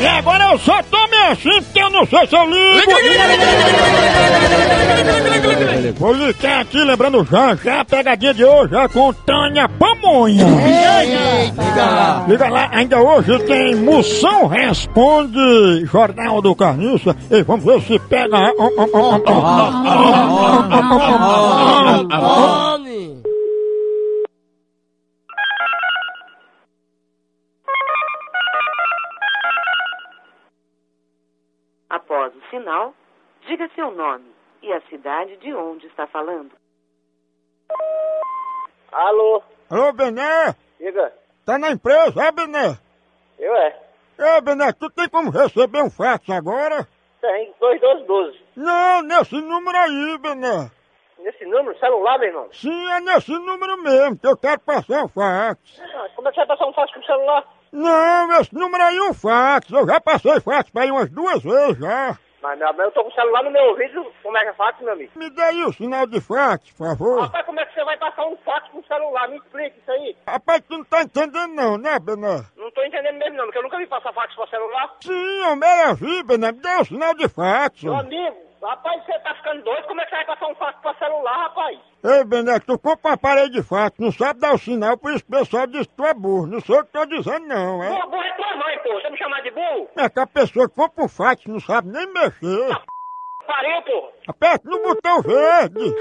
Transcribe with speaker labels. Speaker 1: E agora eu só tô meio assim porque eu não sei se eu ligo. Vou ligar aqui, lembrando já, já a pegadinha de hoje é com Tânia Pamonha.
Speaker 2: Liga lá.
Speaker 1: Liga lá, ainda hoje tem Moção Responde, Jornal do Carniça. E vamos ver se pega. Ah, ah,
Speaker 2: Fone.
Speaker 3: Após o sinal, diga seu nome e a cidade de onde está falando.
Speaker 4: Alô,
Speaker 1: ah. Alô, Bené?
Speaker 4: diga.
Speaker 1: Tá na empresa, é, Bené?
Speaker 4: Eu é.
Speaker 1: É, Bené, tu tem como receber um fax agora?
Speaker 4: Tem 2212.
Speaker 1: Não, nesse número aí, Bené.
Speaker 4: Nesse número, celular, meu irmão.
Speaker 1: Sim, é nesse número mesmo que eu quero passar o fax.
Speaker 4: Ah, como é que você vai passar um fax com o celular?
Speaker 1: Não, esse número aí é um fax. Eu já passei fax pra ele umas duas vezes já.
Speaker 4: Mas, meu amigo, eu tô com o celular no meu ouvido. Como é que é fax, meu amigo?
Speaker 1: Me dê aí o sinal de fax, por favor.
Speaker 4: Rapaz, como é que você vai passar um fax com o celular? Me explica isso aí.
Speaker 1: Rapaz, tu não tá entendendo não, né, Bené?
Speaker 4: Não tô entendendo mesmo, não, porque eu nunca vi passar fax com celular.
Speaker 1: Sim, eu mereci, Bené. Me dê o sinal de fax.
Speaker 4: Meu amigo, rapaz, você tá ficando doido. Como é que você vai passar um fax com celular, rapaz?
Speaker 1: Ei, Bené, tu compra um aparelho de fax, não sabe dar o sinal, por isso o pessoal diz que tu é burro. Não sei o que eu tô dizendo não, é?
Speaker 4: Pô, burro é tua mãe, pô. Você me chamar de burro?
Speaker 1: É que a pessoa que compra um fax não sabe nem mexer.
Speaker 4: Pariu, pô.
Speaker 1: Aperta no botão verde.